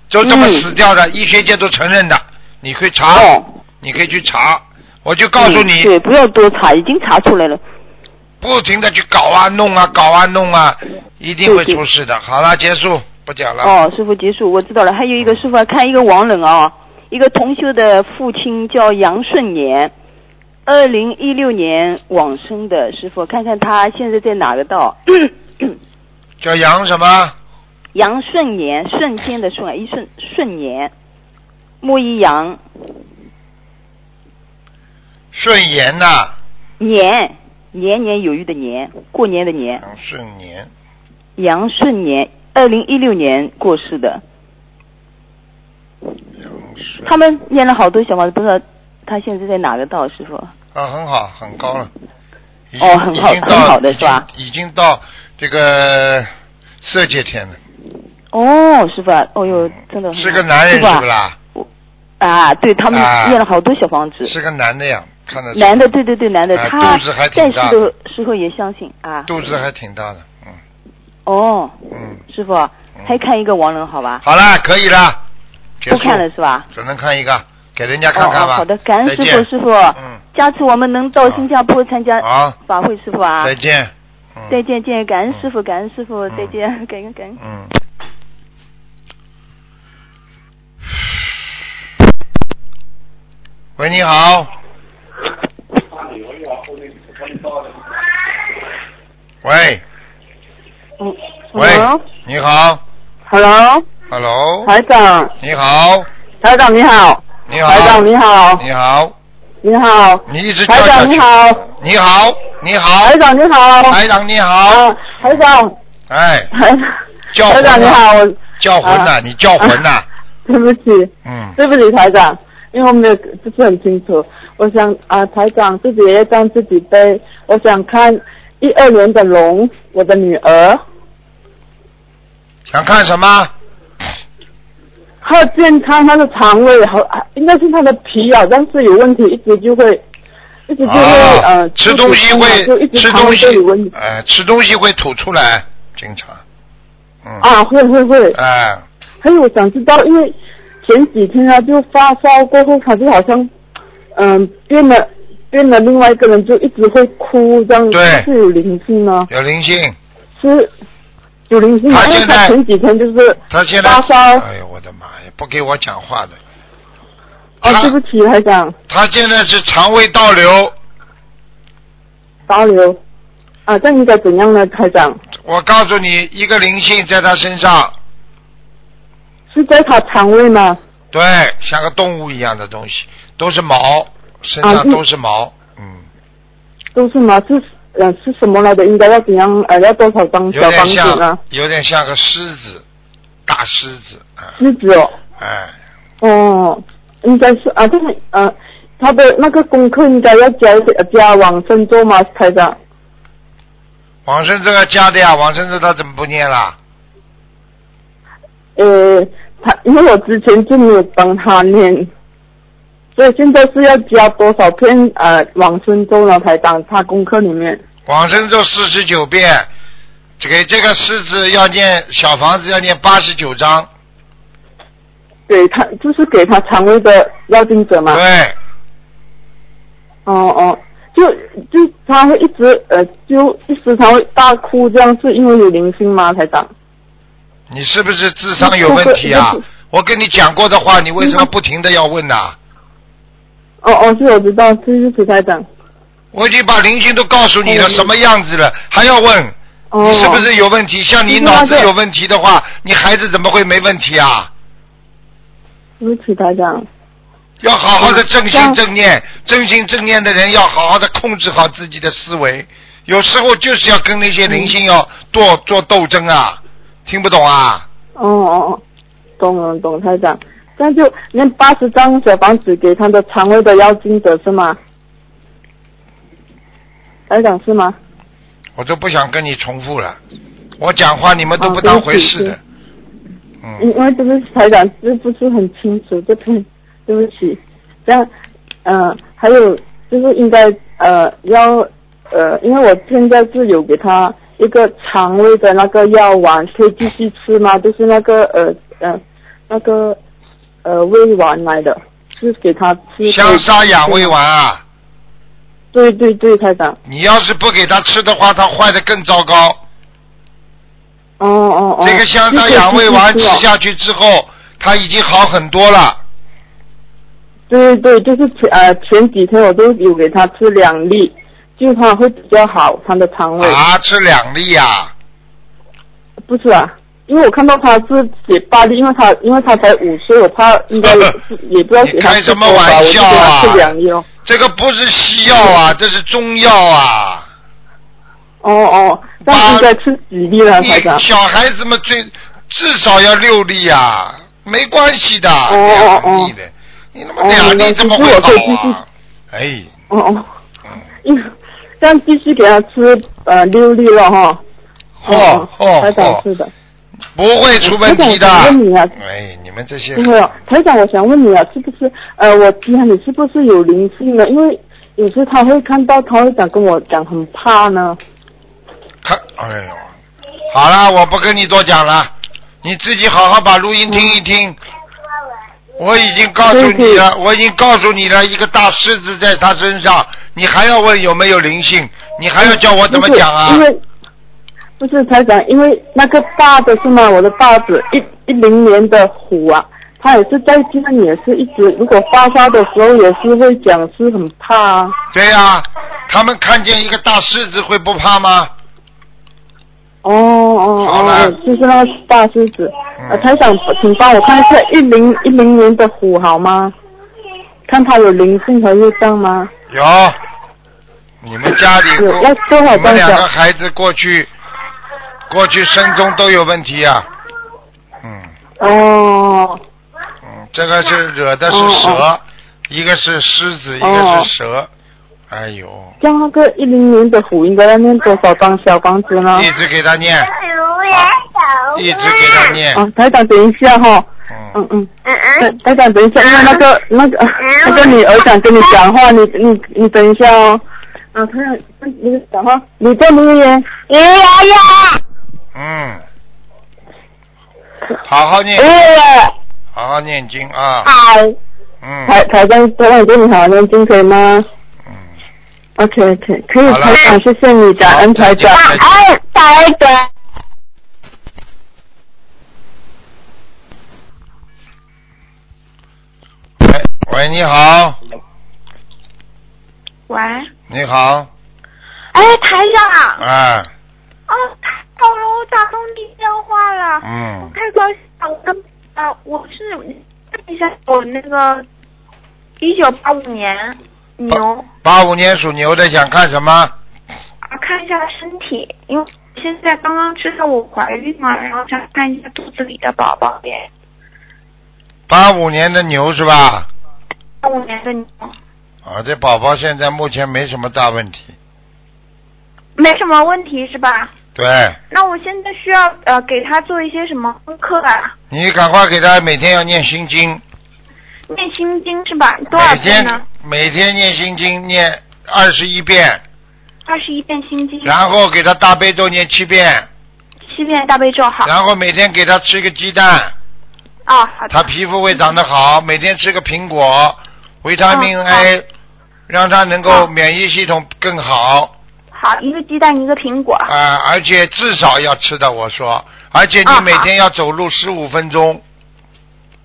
Speaker 1: 就这么
Speaker 3: 嗯
Speaker 1: 死掉的，医学界都承认的。你可以查，
Speaker 3: 哦
Speaker 1: 你可以去查，我就告诉你，
Speaker 3: 嗯对，不要多查，已经查出来了。
Speaker 1: 不停的去搞啊、弄啊、搞啊、弄啊，一定会
Speaker 3: 对对
Speaker 1: 出事的。好了，结束，不讲了。
Speaker 3: 哦，师傅结束，我知道了。还有一个师傅啊看一个亡人啊，一个同修的父亲叫杨顺年，二零一六年往生的师傅，看看他现在在哪个 道？
Speaker 1: 叫杨什么？
Speaker 3: 杨顺年，瞬间的顺啊，一瞬顺年，木一杨
Speaker 1: 顺延呐、
Speaker 3: 年，年年有余的年，过年的年，
Speaker 1: 杨顺年。
Speaker 3: 杨顺年，二零一六年过世的。
Speaker 1: 杨顺
Speaker 3: 他们念了好多小房子，不知道他现在在哪个道，师傅？
Speaker 1: 啊，很好，很高了。已
Speaker 3: 哦很
Speaker 1: 已
Speaker 3: 好
Speaker 1: 经到
Speaker 3: 很好的是吧
Speaker 1: 已经已经到这个色界天了。
Speaker 3: 哦，师傅啊，哦哟，真的很好
Speaker 1: 是个男人
Speaker 3: 师
Speaker 1: 是
Speaker 3: 傅啊
Speaker 1: 不啦？
Speaker 3: 啊，对他们
Speaker 1: 啊
Speaker 3: 念了好多小房子，
Speaker 1: 是个男的呀，看得出来
Speaker 3: 男的，对对对，男的，
Speaker 1: 啊
Speaker 3: 他
Speaker 1: 肚子还挺
Speaker 3: 在世
Speaker 1: 大
Speaker 3: 的时候也相信啊。
Speaker 1: 肚子还挺大的，嗯
Speaker 3: 哦，
Speaker 1: 嗯，
Speaker 3: 师傅啊
Speaker 1: 嗯，
Speaker 3: 还看一个亡人好吧？
Speaker 1: 好啦，可以啦，结
Speaker 3: 不
Speaker 1: 束，
Speaker 3: 看了是吧？
Speaker 1: 只能看一个，给人家看看吧。
Speaker 3: 哦哦好的，感恩
Speaker 1: 再
Speaker 3: 师
Speaker 1: 见
Speaker 3: 傅，师傅，
Speaker 1: 嗯，
Speaker 3: 下次我们能到新加坡参加
Speaker 1: 好，
Speaker 3: 法会，师傅啊。
Speaker 1: 再见，嗯
Speaker 3: 再见，见，感恩师傅，感恩师傅，
Speaker 1: 嗯
Speaker 3: 再见，感恩感恩。
Speaker 1: 嗯。喂，你好。喂，
Speaker 4: 嗯
Speaker 1: 喂
Speaker 4: Hello？，
Speaker 1: 你好
Speaker 4: Hello，
Speaker 1: ，Hello，
Speaker 4: 台长，
Speaker 1: 你好，
Speaker 4: 台长你好，
Speaker 1: 你
Speaker 4: 台
Speaker 1: 好
Speaker 4: 长，你好，
Speaker 1: 你好，
Speaker 4: 你好，
Speaker 1: 你一直叫
Speaker 4: 台
Speaker 1: 下
Speaker 4: 长
Speaker 1: 去
Speaker 4: 你。好，
Speaker 1: 你好，你好
Speaker 4: 台，长你好，
Speaker 1: 台长你好
Speaker 4: 啊，，台长，
Speaker 1: 哎，
Speaker 4: 台
Speaker 1: 叫
Speaker 4: 台长
Speaker 1: 魂
Speaker 4: 你
Speaker 1: 呐
Speaker 4: 好，我
Speaker 1: 叫魂呐，
Speaker 4: 啊
Speaker 1: 你叫魂呐，
Speaker 4: 对不起，
Speaker 1: 嗯，
Speaker 4: 对不起，台长，因为我没有不是很清楚，我想啊，台长自己也让自己背，我想看一二年的龙，我的女儿
Speaker 1: 想看什么？
Speaker 4: 她的健康，她的肠胃好，啊应该是她的脾好像是有问题，一直就会。一直就会、
Speaker 1: 啊
Speaker 4: 呃，
Speaker 1: 吃
Speaker 4: 就
Speaker 1: 东西
Speaker 4: 是就一
Speaker 1: 会
Speaker 4: 直
Speaker 1: 吃
Speaker 4: 肠
Speaker 1: 东
Speaker 4: 胃
Speaker 1: 西
Speaker 4: 都有问题，
Speaker 1: 哎，吃东西会吐出来，经常，嗯，
Speaker 4: 啊，会会会，
Speaker 1: 哎，
Speaker 4: 还有我想知道，因为前几天他就发烧过后，他就好像嗯变了变了，另外一个人就一直会哭，这样
Speaker 1: 对
Speaker 4: 是有灵性吗？
Speaker 1: 有灵性，
Speaker 4: 是有灵性吗？
Speaker 1: 他
Speaker 4: 因为
Speaker 1: 现在
Speaker 4: 他前几天就是
Speaker 1: 他现在
Speaker 4: 发烧
Speaker 1: 哎呦我的妈呀，不给我讲话的，
Speaker 4: 哦，
Speaker 1: 他
Speaker 4: 对不起，台长，
Speaker 1: 他现在是肠胃倒流，
Speaker 4: 保留啊，这样应该怎样呢？台长
Speaker 1: 我告诉你，一个灵性在他身上，
Speaker 4: 是在他肠胃吗？
Speaker 1: 对，像个动物一样的东西，都是毛，身
Speaker 4: 啊
Speaker 1: 上
Speaker 4: 嗯
Speaker 1: 都是毛，嗯，
Speaker 4: 都是吗？是呃是什么来的？应该要怎样呃要多少张
Speaker 1: 有
Speaker 4: 小房
Speaker 1: 点
Speaker 4: 子啊呢
Speaker 1: 像？，有点像个狮子，大狮子，啊
Speaker 4: 狮子哦。
Speaker 1: 哎，
Speaker 4: 哦，应该是啊，就是呃，他的那个功课应该要加呃加往生咒吗，台长？
Speaker 1: 往生咒要加的呀，往生咒他怎么不念啦？
Speaker 4: 呃，他因为我之前就没有帮他念，所以现在是要加多少篇呃往生咒呢，台长？他功课里面
Speaker 1: 往生咒四十九遍，给这个狮子要念小房子要念八十九章，
Speaker 4: 给他就是给他肠胃的要定者嘛。
Speaker 1: 对，
Speaker 4: 哦哦。就就他会一直呃，就一时他会大哭，这样是因为有灵性吗，台长？
Speaker 1: 你是不是智商有问题啊
Speaker 4: 不是不是？嗯
Speaker 1: 我跟你讲过的话，你为什么不停的要问呐、
Speaker 4: 哦哦，是我知道，是是台长。
Speaker 1: 我已经把灵性都告诉你了
Speaker 4: 嗯
Speaker 1: 什么样子了，还要问？
Speaker 4: 哦，
Speaker 1: 你是不是有问题？像你
Speaker 4: 就是
Speaker 1: 脑
Speaker 4: 那
Speaker 1: 子
Speaker 4: 个
Speaker 1: 有问题的话，你孩子怎么会没问题啊？
Speaker 4: 对不起，台长。
Speaker 1: 要好好的正心
Speaker 4: 像
Speaker 1: 正念，正心正念的人要好好的控制好自己的思维。有时候就是要跟那些灵性要做做斗争啊，听不懂啊？
Speaker 4: 哦哦，哦，懂了懂，台长。这样就那八十张小房子给他的肠胃的妖精者是吗？台长是吗？
Speaker 1: 我都不想跟你重复了，我讲话你们都不当回事的。
Speaker 4: 因
Speaker 1: 嗯，
Speaker 4: 因为这个台长这不是很清楚这边，对不起。这样，呃，还有就是应该呃要呃，因为我现在是有给他一个肠胃的那个药丸，可以继续吃吗？就是那个呃呃那个呃胃丸来的，是给他吃的。
Speaker 1: 香砂养胃丸啊，
Speaker 4: 对对对，台长。
Speaker 1: 你要是不给他吃的话，他坏的更糟糕。
Speaker 4: 哦哦哦。
Speaker 1: 这个香砂养胃丸吃
Speaker 4: 就是哦
Speaker 1: 下去之后，他已经好很多了。
Speaker 4: 对对，就是前呃前几天我都有给他吃两粒，就他会比较好，他的肠胃、
Speaker 1: 啊，吃两粒呀、啊，
Speaker 4: 不是啊。因为我看到他是写八粒，因为他因为他才五岁，我怕 应该也不知道写他
Speaker 1: 你开什么
Speaker 4: 吃多少
Speaker 1: 玩笑啊
Speaker 4: 我就给他吃两粒哦。
Speaker 1: 这个不是西药啊，这是中药啊。
Speaker 4: 哦哦，那应该吃几粒呢，
Speaker 1: 你
Speaker 4: 哎台长？
Speaker 1: 小孩子们最至少要六粒啊，没关系的，
Speaker 4: 哦
Speaker 1: 两粒的，你他妈
Speaker 4: 哦
Speaker 1: 两
Speaker 4: 没关
Speaker 1: 粒
Speaker 4: 系
Speaker 1: 怎么
Speaker 4: 其实我可以
Speaker 1: 会
Speaker 4: 继
Speaker 1: 好
Speaker 4: 续
Speaker 1: 啊？哎，
Speaker 4: 哦哦，
Speaker 1: 嗯，
Speaker 4: 因为这样继续给他吃呃六粒了哈。
Speaker 1: 嚯
Speaker 4: 嗯
Speaker 1: 嚯
Speaker 4: 台长是
Speaker 1: 嚯，
Speaker 4: 的，
Speaker 1: 哦不会哦出问题的
Speaker 4: 台长我想问你啊。
Speaker 1: 哎，你们这些
Speaker 4: 因为啊台长，我想问你啊，是不是呃，我家里是不是有灵性呢？因为有时他会看到，他会想跟我讲，很怕呢。
Speaker 1: 看，哎呦，好了，我不跟你多讲了，你自己好好把录音听一听。我已经告诉你了，我已经告诉你了，一个大狮子在他身上，你还要问有没有灵性？你还要叫我怎么讲啊
Speaker 4: 不是？因为不是台长，因为那个大的是吗？我的大子一一零年的虎啊，他也是在家里也是一直，如果发烧的时候也是会讲是很怕啊。
Speaker 1: 对呀、他们看见一个大狮子会不怕吗？
Speaker 4: 哦哦
Speaker 1: 好了
Speaker 4: 哦，就是那个大狮子。呃，
Speaker 1: 嗯
Speaker 4: 台长，请帮我看一下一零一零年的虎好吗？看他有灵性和业障吗？
Speaker 1: 有，你们家里
Speaker 4: 有那多少
Speaker 1: 你们
Speaker 4: 张
Speaker 1: 两
Speaker 4: 小
Speaker 1: 个孩子过去过去生中都有问题呀、啊嗯。
Speaker 4: 哦，
Speaker 1: 嗯，这个是惹的是蛇，
Speaker 4: 哦哦
Speaker 1: 一个是狮子，一
Speaker 4: 哦
Speaker 1: 个是蛇。哎呦，
Speaker 4: 像那个一零年的虎应该要念多少张小房子呢
Speaker 1: 一？直给他念， 一直给他念。
Speaker 4: 啊，台长，等一下哈、
Speaker 1: 嗯嗯
Speaker 4: 嗯，嗯，
Speaker 5: 嗯
Speaker 4: 台
Speaker 5: 嗯，
Speaker 4: 台长，等一下，因为那个那个那个女儿想跟你讲话，你你你等一下哦。啊，台长，你你讲话，你在留言。
Speaker 5: 爷爷爷，
Speaker 1: 嗯，好好
Speaker 4: 哎
Speaker 1: 念，
Speaker 4: 哦
Speaker 5: 爷爷，
Speaker 1: 好好念经啊。
Speaker 5: 好，
Speaker 1: 嗯
Speaker 4: 台台长，台长对你好，念经可以吗
Speaker 1: 嗯，
Speaker 4: ？OK OK，可以，
Speaker 1: 好了
Speaker 4: 台长，谢谢你，感恩啊台长。
Speaker 1: 好再见
Speaker 5: 哎，打一点。
Speaker 1: 喂喂，你好，
Speaker 5: 喂，
Speaker 1: 你好，
Speaker 5: 哎，台长，
Speaker 1: 啊，
Speaker 5: 哦，太好了，我打通你电话了，
Speaker 1: 嗯，
Speaker 5: 太高兴了，我跟啊，我是问一下我那个一九八五年牛，
Speaker 1: 八五年属牛的想看什么？
Speaker 5: 啊，看一下身体，因为现在刚刚知道我怀孕嘛，然后想看一下肚子里的宝宝耶，
Speaker 1: 八五年的牛是吧？
Speaker 5: 八五年的牛，
Speaker 1: 啊，这宝宝现在目前没什么大问题，
Speaker 5: 没什么问题是吧？
Speaker 1: 对
Speaker 5: 那我现在需要呃给他做一些什么功课啊？
Speaker 1: 你赶快给他每天要念心经。
Speaker 5: 念心经是吧？多少
Speaker 1: 每
Speaker 5: 遍呢
Speaker 1: 天？每天念心经念二十一遍，
Speaker 5: 二十一遍心经，
Speaker 1: 然后给他大悲咒念七遍，
Speaker 5: 七遍大悲咒，好。
Speaker 1: 然后每天给他吃一个鸡蛋，
Speaker 5: 啊，好的。
Speaker 1: 他皮肤会长得好。每天吃个苹果，维他命
Speaker 5: 嗯
Speaker 1: A，让他能够
Speaker 5: 嗯
Speaker 1: 免疫系统更好
Speaker 5: 好，一个鸡蛋，一个苹果。
Speaker 1: 啊、而且至少要吃的，我说，而且你
Speaker 5: 嗯
Speaker 1: 每天要走路十五分钟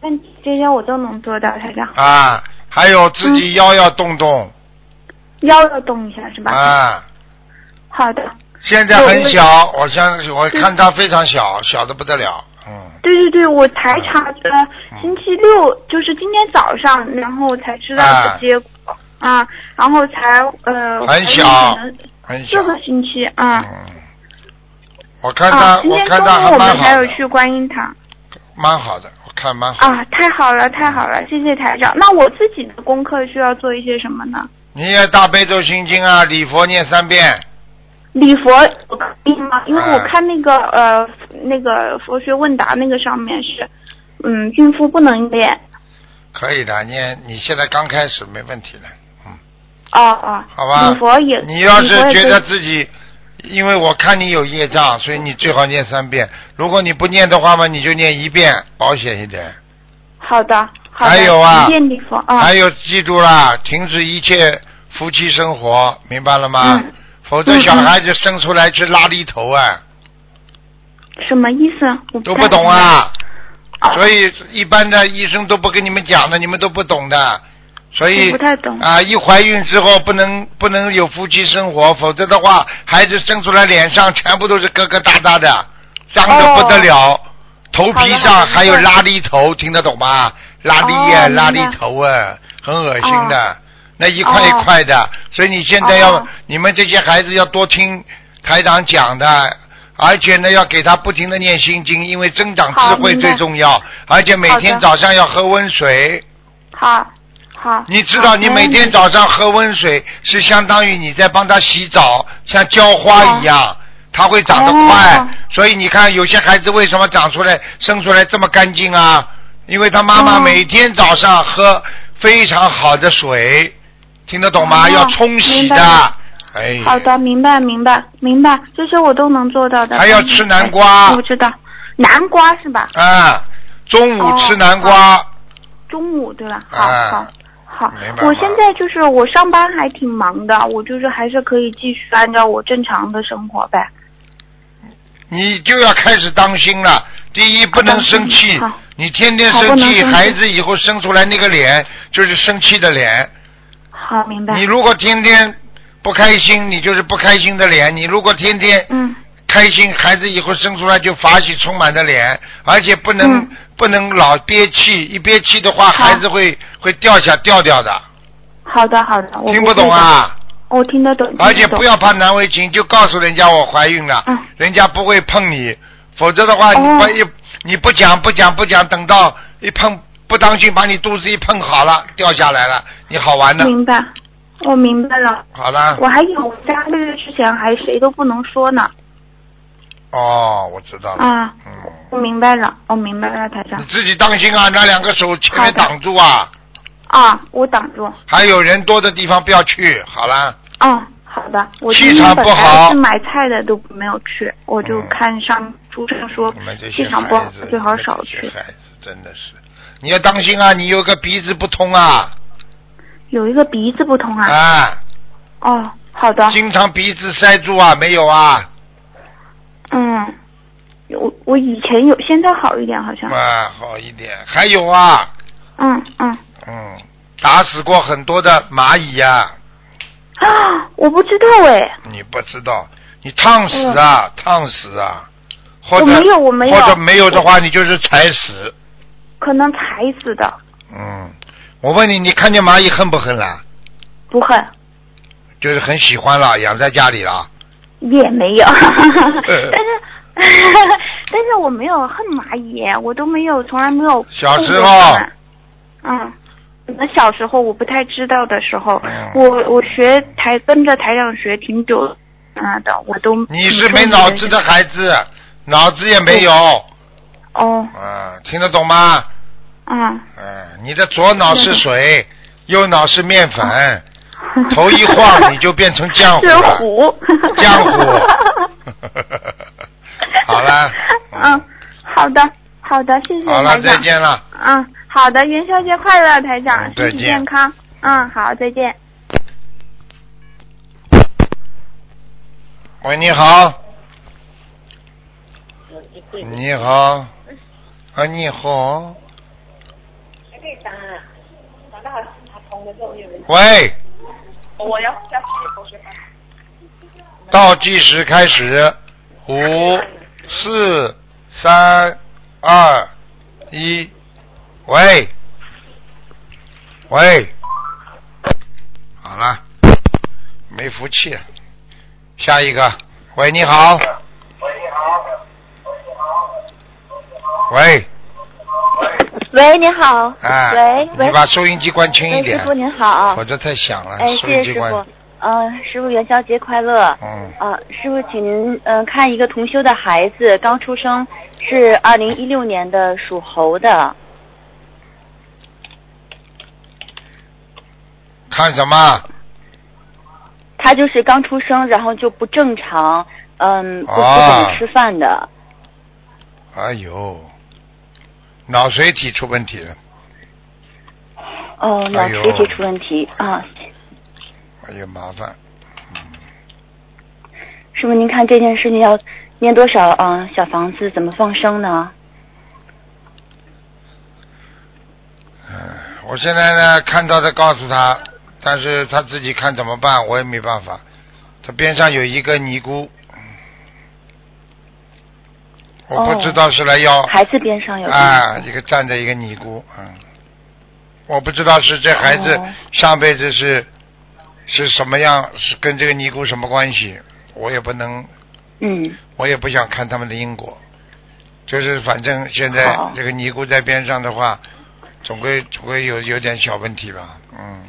Speaker 5: 但这些我都能做到，台长。
Speaker 1: 啊，还有自
Speaker 5: 嗯
Speaker 1: 己腰要动动
Speaker 5: 腰要动一下是吧？
Speaker 1: 啊。
Speaker 5: 好的。
Speaker 1: 现在很
Speaker 5: 对
Speaker 1: 小，我相信我看他非常小，小的不得了，嗯。
Speaker 5: 对对对，我才查呃
Speaker 1: 嗯
Speaker 5: 星期六就是今天早上，然后我才知道
Speaker 1: 啊
Speaker 5: 的结果啊，然后才呃
Speaker 1: 很小
Speaker 5: 怀孕可能
Speaker 1: 很小
Speaker 5: 这。个星期啊
Speaker 1: 嗯，我看他，
Speaker 5: 啊，今
Speaker 1: 我
Speaker 5: 天
Speaker 1: 看
Speaker 5: 中
Speaker 1: 他
Speaker 5: 午
Speaker 1: 还
Speaker 5: 我
Speaker 1: 蛮
Speaker 5: 们还
Speaker 1: 好
Speaker 5: 有
Speaker 1: 的，
Speaker 5: 去观音堂。
Speaker 1: 蛮好的，我看蛮好。
Speaker 5: 啊，太好了，太好了，谢谢台长。那我自己的功课需要做一些什么呢？
Speaker 1: 你也大悲咒心经啊，礼佛念三遍，
Speaker 5: 礼佛我可以吗？因为我
Speaker 1: 啊
Speaker 5: 看那个呃那个佛学问答那个上面是，嗯，孕妇不能练。
Speaker 1: 可以的。念，你现在刚开始没问题的，嗯，
Speaker 5: 哦哦，
Speaker 1: 好吧
Speaker 5: 礼佛也，。
Speaker 1: 你要
Speaker 5: 礼佛
Speaker 1: 是
Speaker 5: 也
Speaker 1: 觉
Speaker 5: 可以
Speaker 1: 得自己，因为我看你有业障，所以你最好念三遍。如果你不念的话嘛，你就念一遍，保险一点。
Speaker 5: 好的，好的，
Speaker 1: 还有啊
Speaker 5: 念礼佛啊，
Speaker 1: 还有，记住啦，停止一切夫妻生活，明白了吗？
Speaker 5: 嗯
Speaker 1: 否则小孩子生出来是拉力头啊，
Speaker 5: 什么意思？我
Speaker 1: 都
Speaker 5: 太
Speaker 1: 不懂
Speaker 5: 明白。
Speaker 1: 啊。
Speaker 5: 哦
Speaker 1: 所以一般的医生都不跟你们讲的，你们都不懂的。所以
Speaker 5: 我不太懂
Speaker 1: 啊、一怀孕之后不能不能有夫妻生活，否则的话，孩子生出来脸上全部都是疙疙瘩瘩的，脏的不得了，
Speaker 5: 哦
Speaker 1: 头皮
Speaker 5: 好
Speaker 1: 上
Speaker 5: 的
Speaker 1: 还有拉力头，听得懂吗？拉力呀、
Speaker 5: 哦明白
Speaker 1: 拉力头啊，很恶心的，那一块一块的。所以你现在要、
Speaker 5: 哦
Speaker 1: 你们这些孩子要多听台长讲的。而且呢，要给他不停的念心经，因为增长智
Speaker 5: 好
Speaker 1: 慧
Speaker 5: 明
Speaker 1: 最
Speaker 5: 白
Speaker 1: 重要。而且每
Speaker 5: 好的
Speaker 1: 天早上要喝温水，
Speaker 5: 好，好。
Speaker 1: 你知道，你每天早上喝温水是相当于你在帮它洗澡，像浇花一样，它会长得快
Speaker 5: 哦。
Speaker 1: 所以你看，有些孩子为什么长出来、生出来这么干净啊？因为他妈妈
Speaker 5: 哦
Speaker 1: 每天早上喝非常好的水，听得懂吗？
Speaker 5: 哦
Speaker 1: 要冲洗
Speaker 5: 明白
Speaker 1: 的
Speaker 5: 了，
Speaker 1: 哎，
Speaker 5: 好的，明白明白明白，这些我都能做到的。
Speaker 1: 还要吃南瓜
Speaker 5: 我知道，南瓜是吧？
Speaker 1: 啊，中午
Speaker 5: 哦
Speaker 1: 吃南瓜，
Speaker 5: 中午对吧？好、
Speaker 1: 哎
Speaker 5: 好。好
Speaker 1: 明白，
Speaker 5: 我
Speaker 1: 吗
Speaker 5: 现在就是我上班还挺忙的，我就是还是可以继续按照我正常的生活呗。
Speaker 1: 你就要开始当心了。第一，不能生气
Speaker 5: 好，
Speaker 1: 你天天
Speaker 5: 好
Speaker 1: 生
Speaker 5: 不能
Speaker 1: 气，
Speaker 5: 生气
Speaker 1: 孩子以后生出来那个脸就是生气的脸。
Speaker 5: 好，明白。
Speaker 1: 你如果天天不开心，你就是不开心的脸；你如果天天
Speaker 5: 嗯，
Speaker 1: 开心，孩子以后生出来就法喜充满的脸，而且不能、
Speaker 5: 嗯
Speaker 1: 不能老憋气，一憋气的话，
Speaker 5: 好
Speaker 1: 孩子会会掉下掉掉的，
Speaker 5: 好的好的，我
Speaker 1: 听
Speaker 5: 不
Speaker 1: 不
Speaker 5: 会
Speaker 1: 懂
Speaker 5: 的？
Speaker 1: 啊！
Speaker 5: 我听得懂，
Speaker 1: 而
Speaker 5: 听
Speaker 1: 且
Speaker 5: 得懂
Speaker 1: 不要怕难为情，就告诉人家我怀孕了，
Speaker 5: 嗯
Speaker 1: 人家不会碰你，否则的话，你
Speaker 5: 哦
Speaker 1: 不一你不讲不讲不讲，等到一碰不当心把你肚子一碰好了掉下来了，你好玩的，
Speaker 5: 明白，我明白了。
Speaker 1: 好了
Speaker 5: 我，还有家六月之前还谁都不能说呢。
Speaker 1: 哦，我知道了，
Speaker 5: 啊，
Speaker 1: 嗯。
Speaker 5: 我明白了，我明白了，台
Speaker 1: 你
Speaker 5: 长。
Speaker 1: 自己当心啊，拿两个手前
Speaker 5: 好
Speaker 1: 面
Speaker 5: 的
Speaker 1: 挡住啊，
Speaker 5: 啊，我挡住。
Speaker 1: 还有人多的地方不要去。好啦，
Speaker 5: 嗯，好的。我
Speaker 1: 气
Speaker 5: 今天
Speaker 1: 场
Speaker 5: 本
Speaker 1: 不
Speaker 5: 来
Speaker 1: 好
Speaker 5: 是买菜的都没有去，我就
Speaker 1: 嗯
Speaker 5: 看上书上说
Speaker 1: 你们这些
Speaker 5: 气场
Speaker 1: 孩
Speaker 5: 不好
Speaker 1: 子，
Speaker 5: 最好
Speaker 1: 你们
Speaker 5: 少
Speaker 1: 这些
Speaker 5: 去。
Speaker 1: 孩子真的是，你要当心啊！你有个鼻子不通啊，
Speaker 5: 有一个鼻子不通啊。
Speaker 1: 啊，
Speaker 5: 哦，好的。
Speaker 1: 经常鼻子塞住啊，没有啊，
Speaker 5: 嗯，我我以前有，现在好一点好像。
Speaker 1: 啊，好一点。还有啊，
Speaker 5: 嗯嗯。
Speaker 1: 嗯，打死过很多的蚂蚁呀、
Speaker 5: 啊，我不知道哎，
Speaker 1: 你不知道，你烫死啊，烫死啊，或者
Speaker 5: 嗯我没有我没有
Speaker 1: 或者没有的话，你就是踩死。
Speaker 5: 可能踩死的，
Speaker 1: 嗯，我问你，你看见蚂蚁恨不恨啦？
Speaker 5: 不恨。
Speaker 1: 就是很喜欢了，养在家里了。
Speaker 5: 也没有，
Speaker 1: 嗯
Speaker 5: 但是 但是我没有恨蚂蚁，我都没有，从来没有
Speaker 1: 小时
Speaker 5: 碰过它
Speaker 1: 候
Speaker 5: 们。嗯，可能小时候我不太知道的时候，
Speaker 1: 嗯
Speaker 5: 我我学台跟着台长学挺久，嗯的，我都
Speaker 1: 你是没脑子的孩子，脑子也没有，
Speaker 5: 哦，
Speaker 1: 啊，听得懂吗？
Speaker 5: 嗯，
Speaker 1: 嗯，你的左脑是水，右脑是面粉， 头一晃
Speaker 5: 晃
Speaker 1: 你就变成浆糊
Speaker 5: 是
Speaker 1: 了
Speaker 5: 虎，
Speaker 1: 浆 糊。好了，
Speaker 5: 嗯，好的好的，谢谢
Speaker 1: 好了
Speaker 5: 台，
Speaker 1: 再
Speaker 5: 长。
Speaker 1: 见了。
Speaker 5: 嗯，好的，元宵节快乐，台
Speaker 1: 嗯
Speaker 5: 长，
Speaker 1: 再见
Speaker 5: 身体健康。嗯，好，再见。
Speaker 1: 喂，你好。你好。啊，你好。喂，
Speaker 6: 我要下去同学
Speaker 1: 倒计时开始，五、四、三、二、一。喂，喂，好了，没福气了。下一个，喂，你好。喂，
Speaker 7: 喂，你好。
Speaker 1: 啊，
Speaker 7: 喂
Speaker 1: 你
Speaker 7: 喂，
Speaker 1: 把收音机关轻一
Speaker 7: 喂，
Speaker 1: 点
Speaker 7: 师傅，您好
Speaker 1: 我。这太响了，
Speaker 7: 哎，
Speaker 1: 收
Speaker 7: 谢
Speaker 1: 音
Speaker 7: 谢
Speaker 1: 机
Speaker 7: 师
Speaker 1: 关。
Speaker 7: 傅。呃，师傅元宵节快乐。
Speaker 1: 嗯，
Speaker 7: 呃，师傅，请您嗯、呃看一个同修的孩子，刚出生，是二零一六年的，属猴的。
Speaker 1: 看什么？
Speaker 7: 他就是刚出生，然后就不正常，嗯，不不
Speaker 1: 啊
Speaker 7: 怎么吃饭的。
Speaker 1: 哎呦，脑髓体出问题了。
Speaker 7: 哦，脑
Speaker 1: 哎呦
Speaker 7: 垂体出问题啊。
Speaker 1: 哎呦，麻烦。
Speaker 7: 师傅，您看这件事情要念多少啊、呃小房子怎么放生呢？
Speaker 1: 我现在呢，看到的告诉他，但是他自己看怎么办，我也没办法。他边上有一个尼姑，我不
Speaker 7: 哦
Speaker 1: 知道是来要、
Speaker 7: 孩子边上有
Speaker 1: 啊，一个站着一个尼姑，嗯，我不知道是这孩子
Speaker 7: 哦
Speaker 1: 上辈子是、是什么样，是跟这个尼姑什么关系，我也不能，
Speaker 7: 嗯，
Speaker 1: 我也不想看他们的因果。就是反正现在
Speaker 7: 好
Speaker 1: 这个尼姑在边上的话，总归总归有有点小问题吧，嗯，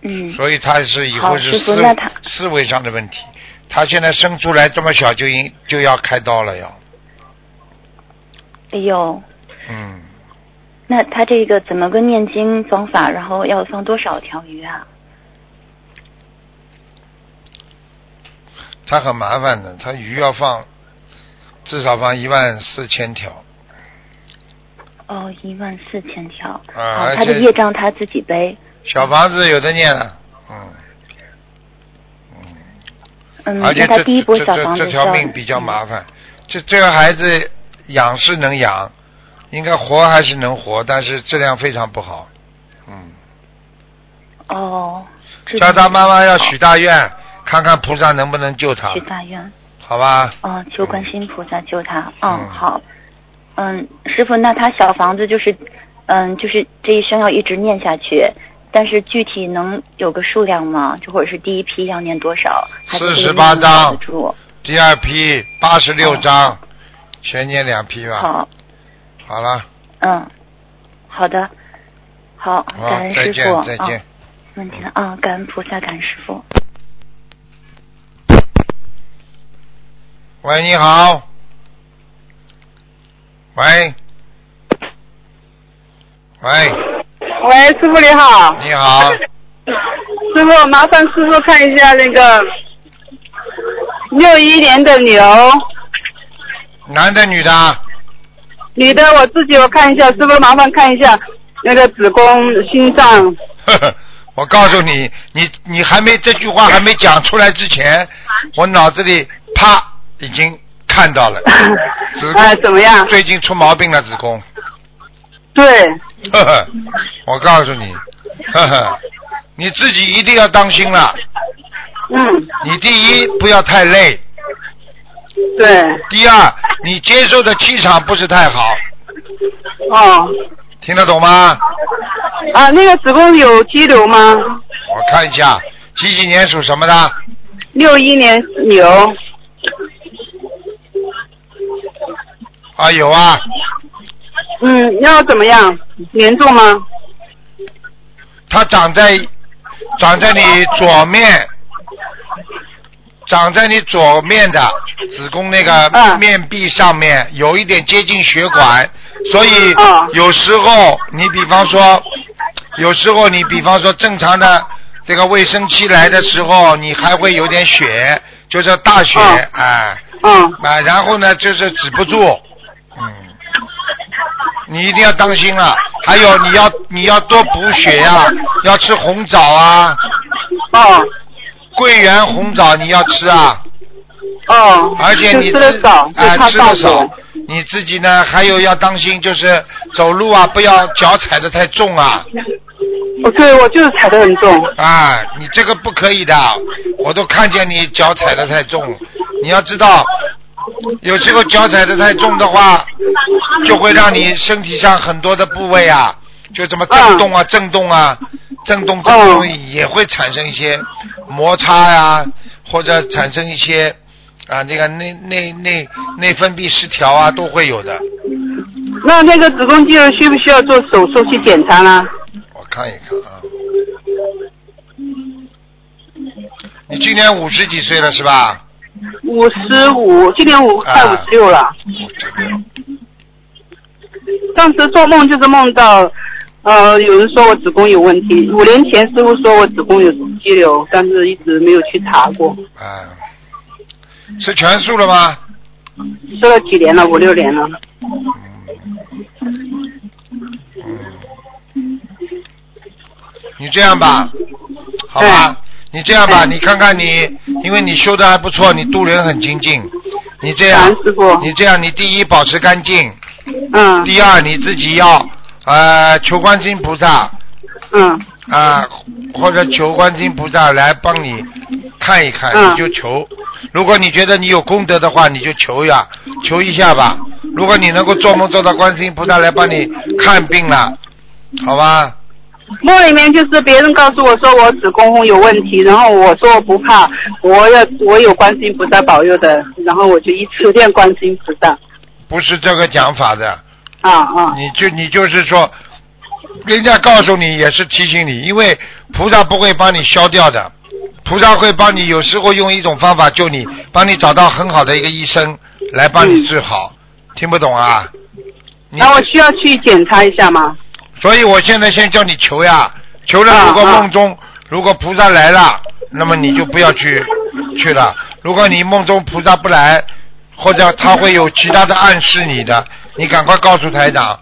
Speaker 7: 嗯，
Speaker 1: 所以他是以后
Speaker 7: 好
Speaker 1: 是
Speaker 7: 师傅
Speaker 1: 思
Speaker 7: 那他
Speaker 1: 思维上的问题，他现在生出来这么小就应就要开刀了要，
Speaker 7: 哎呦，
Speaker 1: 嗯，
Speaker 7: 那他这个怎么个念经方法？然后要放多少条鱼啊？
Speaker 1: 他很麻烦的，他鱼要放至少放一万四千条，
Speaker 7: 哦，一万四千条。哦
Speaker 1: 啊
Speaker 7: 好，他
Speaker 1: 而
Speaker 7: 的
Speaker 1: 且
Speaker 7: 业障他自己背。
Speaker 1: 小房子有的念了，嗯，嗯。
Speaker 7: 嗯，
Speaker 1: 而且
Speaker 7: 那
Speaker 1: 这
Speaker 7: 他第一波
Speaker 1: 这
Speaker 7: 小房
Speaker 1: 这这
Speaker 7: 子嗯需要
Speaker 1: 条命比较麻烦，这这个孩子养是能养，应该活还是能活，但是质量非常不好。嗯，
Speaker 7: 哦，这
Speaker 1: 叫他妈妈要许大愿，看看菩萨能不能救他
Speaker 7: 去，大愿。
Speaker 1: 好吧？
Speaker 7: 哦，求观世音菩萨救他。嗯，
Speaker 1: 嗯
Speaker 7: 好。嗯，师傅，那他小房子就是，嗯，就是这一生要一直念下去，但是具体能有个数量吗？就或者是第一批要念多少？还是这
Speaker 1: 48
Speaker 7: 个念能保
Speaker 1: 章
Speaker 7: 得住。
Speaker 1: 第二批八十六章，先念两批吧。
Speaker 7: 好，
Speaker 1: 好了，
Speaker 7: 嗯，好的，好，
Speaker 1: 好
Speaker 7: 感，恩
Speaker 1: 再
Speaker 7: 师傅
Speaker 1: 见，再
Speaker 7: 啊，
Speaker 1: 见。
Speaker 7: 问题了啊，感恩菩萨，感恩师傅。
Speaker 1: 喂，你好。喂。喂，
Speaker 8: 喂，师傅你好，
Speaker 1: 你
Speaker 4: 啊
Speaker 1: 好，
Speaker 8: 师傅麻烦师傅看一下那个六一年的牛
Speaker 1: 男的女的？
Speaker 8: 女的，我自己我看一下，师傅麻烦看一下那个子宫、心脏。
Speaker 1: 呵呵，我告诉你，你你还没这句话还没讲出来之前，我脑子里啪已经看到了
Speaker 4: 啊
Speaker 1: 子
Speaker 8: 哎，
Speaker 1: 宫
Speaker 8: 怎么样？
Speaker 1: 最近出毛病了，子宫。
Speaker 8: 对，
Speaker 1: 呵呵， 我告诉你， 呵呵，你自己一定要当心了。
Speaker 8: 嗯，
Speaker 1: 你第一不要太累，
Speaker 8: 对，
Speaker 1: 第二你接受的气场不是太好，
Speaker 8: 哦，
Speaker 1: 听得懂吗？
Speaker 8: 啊，那个子宫有肌瘤吗？
Speaker 1: 我看一下，几几年属什么的？
Speaker 8: 六一年牛，
Speaker 1: 啊，有啊，
Speaker 8: 嗯，要怎么样？严重吗？
Speaker 1: 它长在长在你左面，长在你左面的子宫那个
Speaker 8: 嗯
Speaker 1: 面壁上面，有一点接近血管，所以
Speaker 8: 哦
Speaker 1: 有时候你比方说，有时候你比方说正常的这个卫生期来的时候，你还会有点血，就是大血，
Speaker 8: 哦
Speaker 1: 哎、
Speaker 8: 嗯，
Speaker 1: 啊，然后呢，就是止不住，嗯，你一定要当心了。还有，你要你要多补血呀、要吃红枣啊，
Speaker 8: 哦，
Speaker 1: 桂圆红枣你要吃啊，
Speaker 8: 哦，
Speaker 1: 而且你
Speaker 8: 就吃的少，就
Speaker 1: 哎、
Speaker 8: 怕
Speaker 1: 吃
Speaker 8: 照
Speaker 1: 的
Speaker 8: 顾
Speaker 1: 少，你自己呢还有要当心，就是走路啊，不要脚踩的太重啊，
Speaker 8: 哦，对，我就是踩得很重。
Speaker 1: 啊，你这个不可以的，我都看见你脚踩的太重，你要知道，有时候脚踩的太重的话，就会让你身体上很多的部位啊，就这么震动啊、震动啊、震动这种东西也会产生一些摩擦呀、或者产生一些啊那个内内内内分泌失调啊，都会有的。
Speaker 8: 那那个子宫肌瘤需不需要做手术去检查呢？
Speaker 1: 我看一看啊，你今年五十几岁了是吧？
Speaker 8: 五十五，今年五快五十六了。
Speaker 1: 五十六，
Speaker 8: 上次做梦就是梦到，呃，有人说我子宫有问题。五年前师傅说我子宫有肌瘤，但是一直没有去查过，
Speaker 1: 啊，吃全素了吗？
Speaker 8: 吃了几年了，五六年了。
Speaker 1: 你这样吧，好吧，你这样吧，你看看你，因为你修的还不错，你渡人很精进，你这
Speaker 8: 感
Speaker 1: 样
Speaker 8: 恩，师傅，
Speaker 1: 你这样，你第一保持干净，
Speaker 8: 嗯
Speaker 1: 第二你自己要呃求观世音菩萨
Speaker 8: 嗯
Speaker 1: 啊，或者求观世音菩萨来帮你看一看，
Speaker 8: 嗯
Speaker 1: 你就求。如果你觉得你有功德的话，你就求呀，求一下吧。如果你能够做梦做到观世音菩萨来帮你看病了，好吧？
Speaker 8: 梦里面就是别人告诉我说我子宫有问题，然后我说我不怕，我要我有观世音菩萨保佑的，然后我就一直念观世音菩萨。
Speaker 1: 不是这个讲法的，
Speaker 8: 啊啊
Speaker 1: 嗯你就你就是说，人家告诉你也是提醒你，因为菩萨不会帮你消掉的，菩萨会帮你有时候用一种方法救你，帮你找到很好的一个医生来帮你治好，听不懂啊？你
Speaker 8: 嗯那我需要去检查一下吗？
Speaker 1: 所以我现在先叫你求呀，求了如果
Speaker 8: 啊啊
Speaker 1: 梦中、如果菩萨来了，那么你就不要去去了。如果你梦中菩萨不来，或者他会有其他的暗示你的，你赶快告诉台长，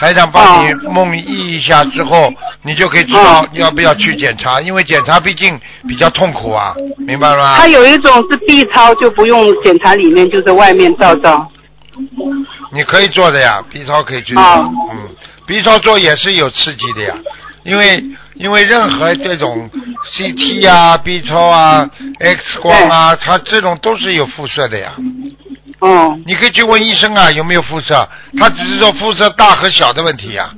Speaker 1: 台长帮你梦忆一下之后，你就可以知道
Speaker 8: 啊
Speaker 1: 要不要去检查，因为检查毕竟比较痛苦啊，明白了吗
Speaker 8: 他？有一种是 B 超，就不用检查里面，就在外面照照。
Speaker 1: 你可以做的呀，B 超可以去做，
Speaker 8: 啊
Speaker 1: 嗯，B 超做也是有刺激的呀，因为因为任何这种 CT 啊、B 超啊、X 光啊，它这种都是有辐射的呀。
Speaker 8: 嗯
Speaker 1: 你可以去问医生啊，有没有辐射？他只是说辐射大和小的问题呀、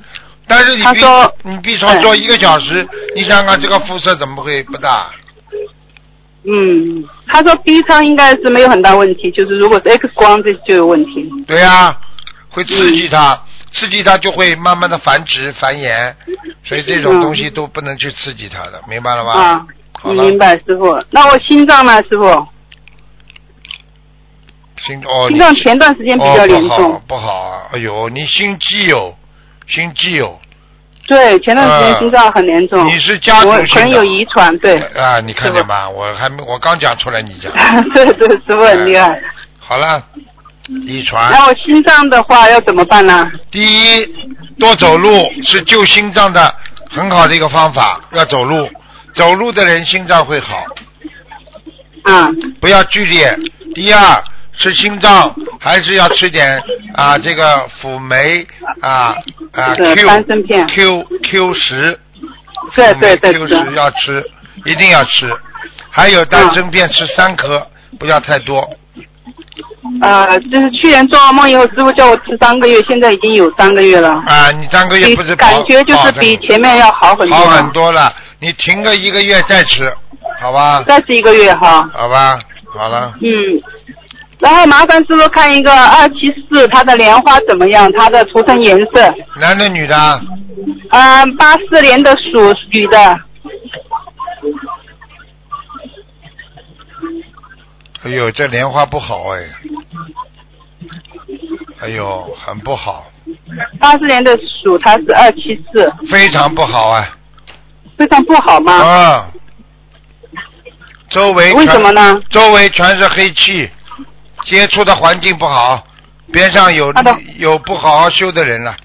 Speaker 1: 但是你
Speaker 8: 他
Speaker 1: B
Speaker 8: 说
Speaker 1: 你 B 超做一个小时，你想想看这个辐射怎么会不大？
Speaker 8: 嗯，他说 B 超应该是没有很大问题，就是如果是 X 光这就有问题。
Speaker 1: 对呀、会刺
Speaker 8: 嗯
Speaker 1: 激它，刺激它就会慢慢的繁殖繁衍，所以这种
Speaker 8: 嗯
Speaker 1: 东西都不能去刺激它的，明白了吗？
Speaker 8: 啊，
Speaker 1: 好
Speaker 8: 我
Speaker 1: 了，
Speaker 8: 明白师傅。那我心脏呢，师傅？
Speaker 1: 心哦，
Speaker 8: 心
Speaker 1: 你
Speaker 8: 脏前段时间比较严重，
Speaker 1: 哦、不好不好啊，哎呦，你心肌有，心肌有，
Speaker 8: 对，前段时间心脏很严重。
Speaker 1: 嗯你是家族
Speaker 8: 我
Speaker 1: 性
Speaker 8: 可能
Speaker 1: 的
Speaker 8: 有遗传，对。
Speaker 1: 啊，你看见吧？我还没，我刚讲出来，你 讲
Speaker 8: 对对，师傅很厉害。
Speaker 1: 好了，遗传。
Speaker 8: 那我心脏的话要怎么办呢？
Speaker 1: 第一，多走路是救心脏的很好的一个方法，要走路，走路的人心脏会好。
Speaker 8: 啊，
Speaker 1: 不要剧烈。第二，吃心脏还是要吃点啊，这个辅酶啊啊
Speaker 8: 对
Speaker 1: Q
Speaker 8: 丹参片
Speaker 1: Q Q 十，
Speaker 8: 对对对
Speaker 1: 辅酶 Q
Speaker 8: 是
Speaker 1: 十要吃，一定要吃。还有丹参片吃三颗，不要太多。
Speaker 8: 呃，就是去年做了梦以后，师傅叫我吃三个月，现在已经有三个月了，
Speaker 1: 啊，你三个月
Speaker 8: 比
Speaker 1: 不是
Speaker 8: 感
Speaker 1: 保
Speaker 8: 觉就
Speaker 1: 保
Speaker 8: 是
Speaker 1: 证
Speaker 8: 比前面要好很多。啊
Speaker 1: 好很。多了，你停个一个月再吃，好 吧？
Speaker 8: 再是一个月哈。
Speaker 1: 好吧，好了。
Speaker 8: 嗯，然后麻烦师傅看一个二七四，它的莲花怎么样？它的图腾颜色？
Speaker 1: 男的女的啊？
Speaker 8: 嗯，八四年的属女的，
Speaker 1: 哎呦，这莲花不好哎。哎呦，很不好。
Speaker 8: 八四年的属它是二七四，
Speaker 1: 非常不好啊！
Speaker 8: 非常不好吗？
Speaker 1: 啊，周围全
Speaker 8: 为什么？呢？
Speaker 1: 周围全是黑气，接触的环境不好，边上有
Speaker 8: 好的
Speaker 1: 有不好好修的人了。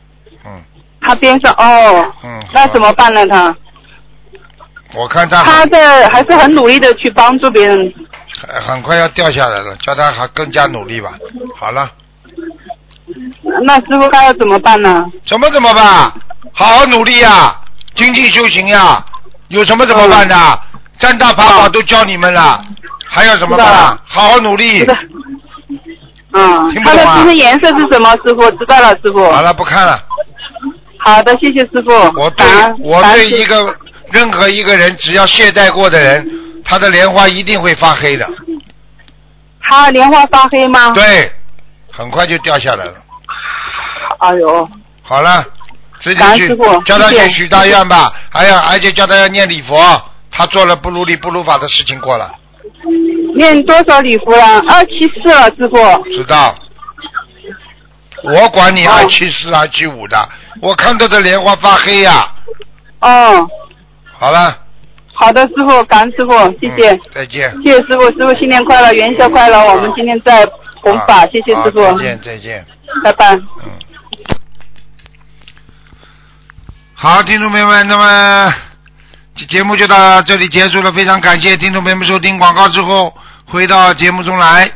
Speaker 1: 嗯
Speaker 8: 它边上哦，
Speaker 1: 嗯，好
Speaker 8: 那
Speaker 1: 吧
Speaker 8: 怎么？办呢？他
Speaker 1: 我看他
Speaker 8: 他
Speaker 1: 很
Speaker 8: 在还是很努力的去帮助别人。
Speaker 1: 很很快要掉下来了，叫他还更加努力吧。好了，
Speaker 8: 那师傅该要怎么办呢？
Speaker 1: 怎么怎么办？好好努力呀、精进修行呀、有什么怎么办的？
Speaker 8: 嗯
Speaker 1: 三大法宝都教你们了，还有什么办
Speaker 8: 知道
Speaker 1: 啊
Speaker 8: 了？
Speaker 1: 好好努力
Speaker 8: 是。的，嗯
Speaker 1: 听，不
Speaker 8: 他
Speaker 1: 懂啊
Speaker 8: 的图腾颜色是什么？师傅知道了，师傅。
Speaker 1: 好了，不看了。
Speaker 8: 好的，谢谢师傅。
Speaker 1: 我对
Speaker 8: 感恩
Speaker 1: 我
Speaker 8: 感恩
Speaker 1: 对
Speaker 8: 师
Speaker 1: 一个任何一个人，只要懈怠过的人，他的莲花一定会发黑的，
Speaker 8: 他莲花发黑吗？。
Speaker 1: 对，很快就掉下来了。
Speaker 8: 哎呦，
Speaker 1: 好了，自
Speaker 8: 感
Speaker 1: 己
Speaker 8: 恩
Speaker 1: 去
Speaker 8: 师父
Speaker 1: 叫他
Speaker 8: 谢谢
Speaker 1: 去许大愿吧，还有而且叫他要念礼佛，他做了不如理不如法的事情过了，
Speaker 8: 念多少礼佛了？二七四了，师傅。
Speaker 1: 知道？我管你
Speaker 8: 哦
Speaker 1: 二七四二七五的，我看到的莲花发黑呀、
Speaker 8: 哦，
Speaker 1: 好了，
Speaker 8: 好的，师傅，感恩师傅，谢谢，
Speaker 1: 嗯再见。
Speaker 8: 谢谢师傅，师傅新年快乐，元宵快乐。我们今天在弘法，
Speaker 1: 啊
Speaker 8: 谢谢
Speaker 1: 好
Speaker 8: 师傅，
Speaker 1: 再见再见。
Speaker 8: 拜拜。
Speaker 1: 嗯，好，听众朋友们，那么这节目就到这里结束了，非常感谢听众朋友们收听广告之后回到节目中来。